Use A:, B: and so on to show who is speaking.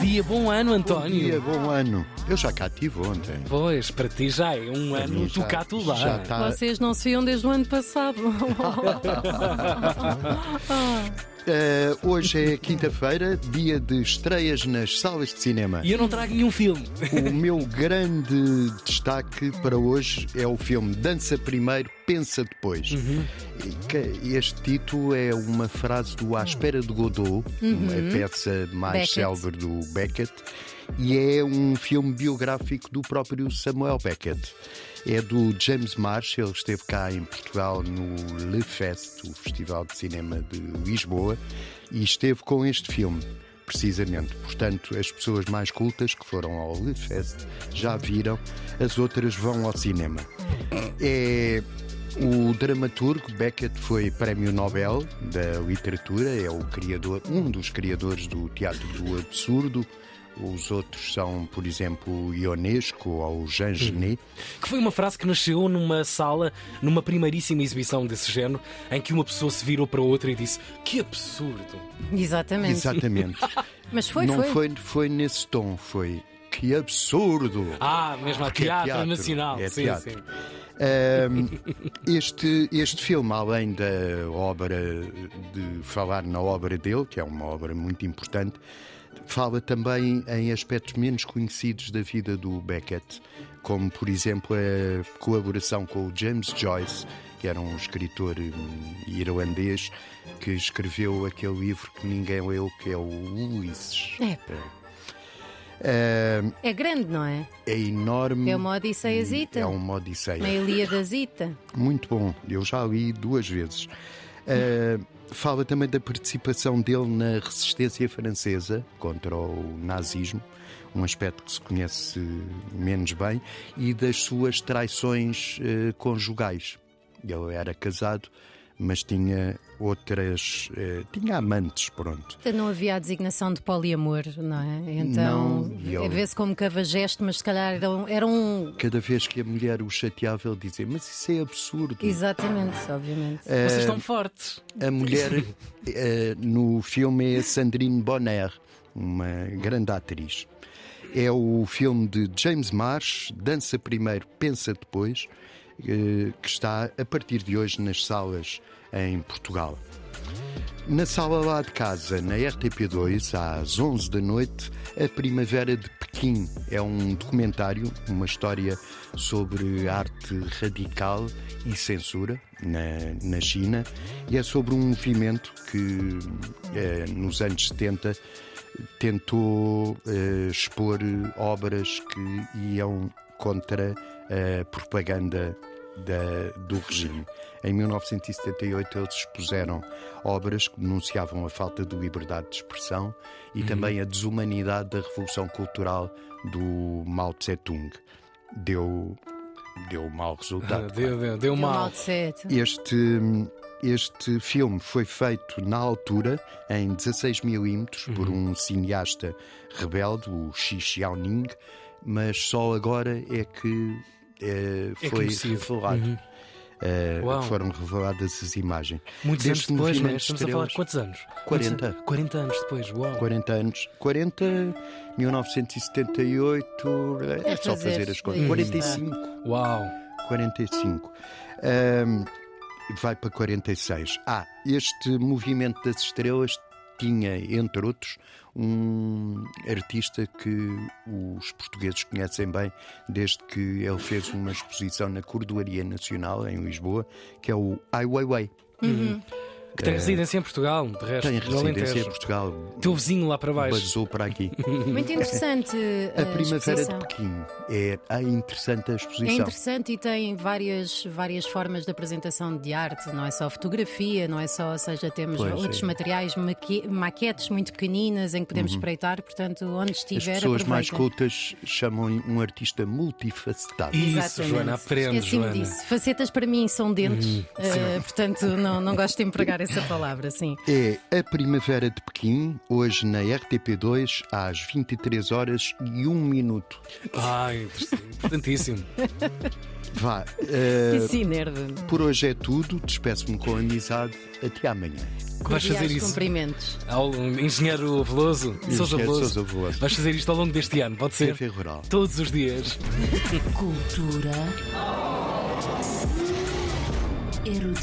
A: dia, bom ano, António.
B: Bom dia, bom um ano. Eu já cá estive ontem.
A: Pois, para ti já é um
B: Para mim
A: ano
B: já-
A: tocado
B: já
A: lá.
B: tá-
C: Vocês não se viam desde o ano passado.
B: Eh, hoje é quinta-feira, dia de estreias nas salas de cinema.
A: E eu não trago nenhum filme.
B: O meu grande destaque para hoje é o filme Dança Primeiro, Pensa Depois.
A: Uhum.
B: E que- Este título é uma frase do À Espera de Godot, uma peça mais
C: Beckett.
B: célebre do Beckett, e é um filme biográfico do próprio Samuel Beckett. É do James Marsh, ele esteve cá em Portugal no Le Fest, o Festival de Cinema de Lisboa, e esteve com este filme. Precisamente. Portanto, as pessoas mais cultas que foram ao Lefest já viram, as outras vão ao cinema. É o dramaturgo Beckett foi prémio Nobel da literatura, é o criador, um dos criadores do teatro do absurdo. Os outros são, por exemplo, o Ionesco ou o Jean Genet.
A: Que foi uma frase que nasceu numa sala, numa primeiríssima exibição desse género, em que uma pessoa se virou para outra e disse: Que absurdo!
C: Exatamente.
B: Exatamente.
C: Mas foi,
B: Não
C: foi.
B: foi. foi nesse tom, foi que absurdo!
A: Ah, mesmo a
B: Porque é
A: teatro,
B: teatro,
A: nacional.
B: é
A: sim,
B: teatro.
A: sim.
B: Ahm, este, este filme, além da obra, de falar na obra dele, que é uma obra muito importante, fala também em aspectos menos conhecidos da vida do Beckett, como, por exemplo, a colaboração com o James Joyce, que era um escritor hum, irlandês que escreveu aquele livro que ninguém leu, que é o Ulisses.
C: É,
B: Ahm,
C: é grande, não é?
B: é enorme.
C: É uma odisseiazita.
B: É uma odisseia.
C: Uma Ilíadazita.
B: Muito bom, eu já li duas vezes. Ah, fala também da participação dele na resistência francesa contra o nazismo, um aspecto que se conhece menos bem, e das suas traições eh, conjugais. Ele era casado, mas tinha outras. eh, tinha amantes, pronto.
C: Não havia a designação de poliamor, não é? Então,
B: Não, e eu-
C: vê-se como cavageste, mas se calhar era um. Era um...
B: Cada vez que a mulher o chateava, ele dizia: Mas isso é absurdo.
C: Exatamente, obviamente.
B: É
A: Vocês estão fortes.
B: A mulher eh, no filme é Sandrine Bonner, uma grande atriz. É o filme de James Marsh, Dança Primeiro, Pensa Depois, eh, que está a partir de hoje nas salas em Portugal. Na sala lá de casa, na RTP2, às 11 da noite, A Primavera de Pequim é um documentário, uma história sobre arte radical e censura na, na China, e é sobre um movimento que eh, nos anos 70 tentou eh, expor obras que iam contra a propaganda da- do regime. Em 1978, eles expuseram obras que denunciavam a falta de liberdade de expressão e também a desumanidade da revolução cultural do Mao Tse-tung. Deu, deu mau resultado.
A: Ah, Deu, deu, deu
C: um
A: mal.
C: Maldsete.
B: Este, este filme foi feito na altura em 16 milímetros por
A: Uhum.
B: um cineasta rebelde, o Xi Xiaoning, mas só agora é que eh,
A: É
B: foi
A: conhecido.
B: revelado. Eh,
A: Uau.
B: foram reveladas as imagens.
A: Muitos anos
B: Deste
A: depois, não é?
B: movimento
A: Estamos
B: de
A: a falar de
B: estrelas,
A: quantos anos?
B: 40.
A: 40 anos depois, uau.
B: 40 anos. 40, 1978. É,
C: É
B: só fazer
C: fazer
B: as contas.
C: isso.
B: 45.
A: Uau.
B: 45. Ahm, vai para 46. Ah, este movimento das estrelas tinha, entre outros, um artista que os portugueses conhecem bem, desde que ele fez uma exposição na Cordoaria Nacional, em Lisboa, que é o Ai Weiwei.
A: Que tem residência em Portugal, de resto.
B: É. Tem
A: no
B: residência em
A: Alentejo.
B: Portugal,
A: Teu vizinho lá para baixo.
B: basou para aqui.
C: Muito interessante.
B: Uhum.
C: eh,
B: A Primavera de
C: exposição.
B: Pequim é, é interessante a
C: É
B: exposição.
C: interessante e tem várias, várias formas de apresentação de arte, não é só fotografia, não é só, ou seja, temos
B: Pois,
C: outros
B: é.
C: materiais, maque- maquetes muito pequeninas em que podemos espreitar, portanto, onde
B: As
C: estiver,
B: pessoas mais
C: aproveita.
B: cultas chamam um artista multifacetado.
A: Isso,
C: Exatamente.
A: Joana, aprende,
C: Esqueci-me
A: Joana.
C: disso. Facetas para mim são dentes, eh, portanto, não, não gosto de empregar essa palavra, sim.
B: É A Primavera de Pequim, hoje na RTP2, às 23 horas e 1 minuto.
A: Ah, importantíssimo.
B: Vá,
C: Que
B: eh,
C: sim, nerd.
B: por hoje é tudo. Despeço-me com amizade. Até amanhã.
A: Vais fazer
C: Cordiais
A: isso.
C: Cumprimentos.
A: Ao Engenheiro Veloso, Sousa
B: Engenheiro
A: Veloso.
B: Sousa Veloso.
A: Vais fazer isto ao longo deste ano, pode ser?
B: TV Rural.
A: Todos os dias.
D: Cultura. Erudita.